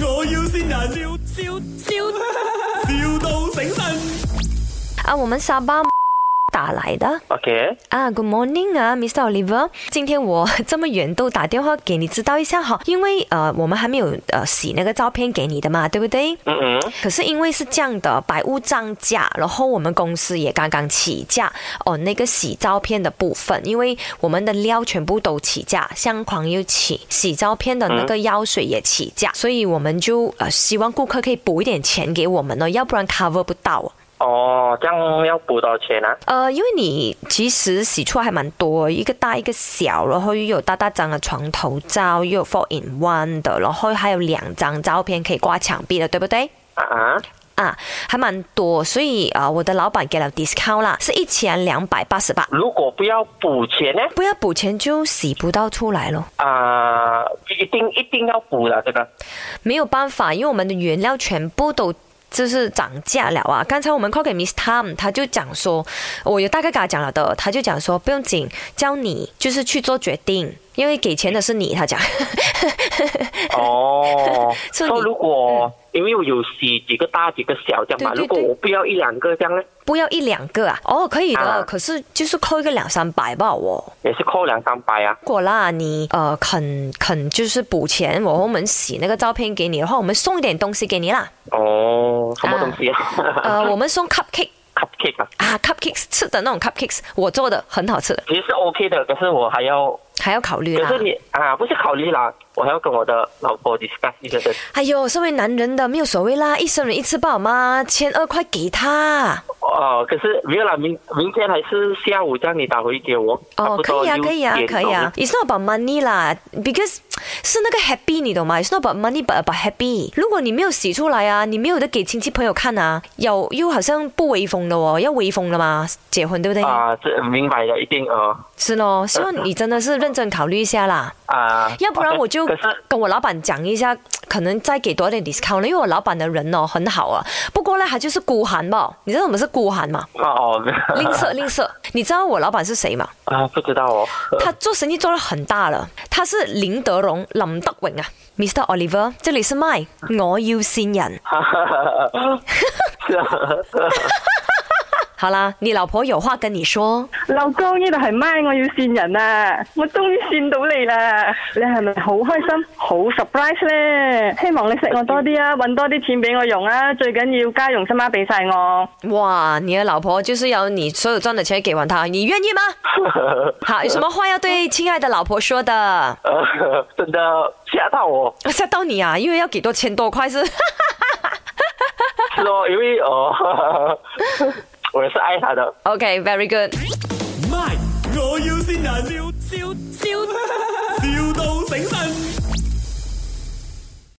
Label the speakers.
Speaker 1: 要先人，笑笑笑，,笑到醒神。
Speaker 2: 啊，我们沙巴 打来的
Speaker 3: OK，
Speaker 2: 啊，Good morning 啊，Mr. Oliver，今天我这么远都打电话给你知道一下哈，因为呃，我们还没有呃洗那个照片给你的嘛，对不对？
Speaker 3: 嗯嗯，
Speaker 2: 可是因为是这样的，百物涨价，然后我们公司也刚刚起价哦，那个洗照片的部分，因为我们的料全部都起价，相框又起，洗照片的那
Speaker 3: 嗯
Speaker 2: 个药水也起价，所以我们就呃希望顾客可以补一点钱给我们哦，要不然 cover 不到哦。
Speaker 3: 哦，这样要补多少钱啊？
Speaker 2: 呃，因为你其实洗出来还蛮多，一个大一个小，然后又有大大张的床头照，又有 four in one 的，然后还有两张照片可以挂墙壁的，对不对？
Speaker 3: 啊啊，
Speaker 2: 啊，还蛮多，所以啊、呃我的老板给了 discount 啦，是一千两百八十八，
Speaker 3: 如果不要补钱呢？
Speaker 2: 不要补钱就洗不到出来咯。
Speaker 3: 啊、一定一定要补的这个。
Speaker 2: 没有办法，因为我们的原料全部都。就是涨价了啊！刚才我们 call 给 Miss Tom，他就讲说，我有大概跟他讲了的，他就讲说不用紧，教你就是去做决定，因为给钱的是你，他讲。
Speaker 3: 哦，
Speaker 2: 所以
Speaker 3: 说
Speaker 2: 你嗯
Speaker 3: 如果、因为我有洗几个大几个小这样嘛，
Speaker 2: 对对
Speaker 3: 如果
Speaker 2: 对
Speaker 3: 我不要一两个这样呢，
Speaker 2: 不要一两个啊，哦，可以的，
Speaker 3: 啊
Speaker 2: 可是就是扣一个两三百吧，我、
Speaker 3: 也是扣两三百啊。
Speaker 2: 如果啦，你呃肯肯就是补钱，我我们洗那个照片给你的话，我们送一点东西给你啦。
Speaker 3: 哦，什么
Speaker 2: 啊
Speaker 3: 东西啊？
Speaker 2: 呃，我们送 cupcake
Speaker 3: cupcake 啊，
Speaker 2: 啊，cupcakes 吃的那种 cupcakes，我做的很好吃的，
Speaker 3: 其实是 OK 的，可是我还要，
Speaker 2: 还要考虑
Speaker 3: 可
Speaker 2: 啦
Speaker 3: 是。你啊，不是考虑啦，我还要跟我的老婆 discuss 一下这个。
Speaker 2: 哎呦，身为男人的没有所谓啦，一生人一次不好吗？千二块给他
Speaker 3: 哦，可是没有啦，明明天还是下午这样你打回给我。差
Speaker 2: 哦，
Speaker 3: 不
Speaker 2: 可
Speaker 3: 多
Speaker 2: 以啊，可以啊
Speaker 3: 6点，
Speaker 2: 可以啊。It's not about money 啦，because 是那个 happy 你懂吗？It's not about money，but about happy。如果你没有洗出来啊，你没有得给亲戚朋友看啊，有又好像不威风了哦，要威风了嘛，结婚对不对？
Speaker 3: 左右啊，这明白了，一定呃
Speaker 2: 是咯，希望你真的是认真考虑一下啦，
Speaker 3: 啊，
Speaker 2: 要不然我就
Speaker 3: 可是
Speaker 2: 跟我老板讲一下，可能再给多一点 discount 了，因为我老板的人哦很好啊，不过呢，他就是孤寒吧，你知道什么是孤寒吗？
Speaker 3: 哦，
Speaker 2: 吝啬吝啬，你知道我老板是谁吗？
Speaker 3: 啊，不知道哦，
Speaker 2: 他做生意做得很大了，他是林德荣林德荣啊，Mr. Oliver，这里是麦，我要新人。
Speaker 3: 是啊，
Speaker 2: 好啦，你老婆有话跟你说，
Speaker 4: 老公，呢度系咪？我要線人啊！我終於線到你啦！你係咪好開心？好 surprise 咧！希望你食我多啲啊，搵多啲錢俾我用啊！最緊要家用新媽俾晒我。
Speaker 2: 哇，你的老婆就是要你所有赚的钱给完她，你愿意吗？好，有什么话要对亲爱的老婆说的？
Speaker 3: 呃真的吓到我，
Speaker 2: 吓到你啊，因为要给多千多块是，
Speaker 3: 是哦，因为哦， 我也是爱他的。
Speaker 2: OK，very、good。
Speaker 1: My，我要先人，笑笑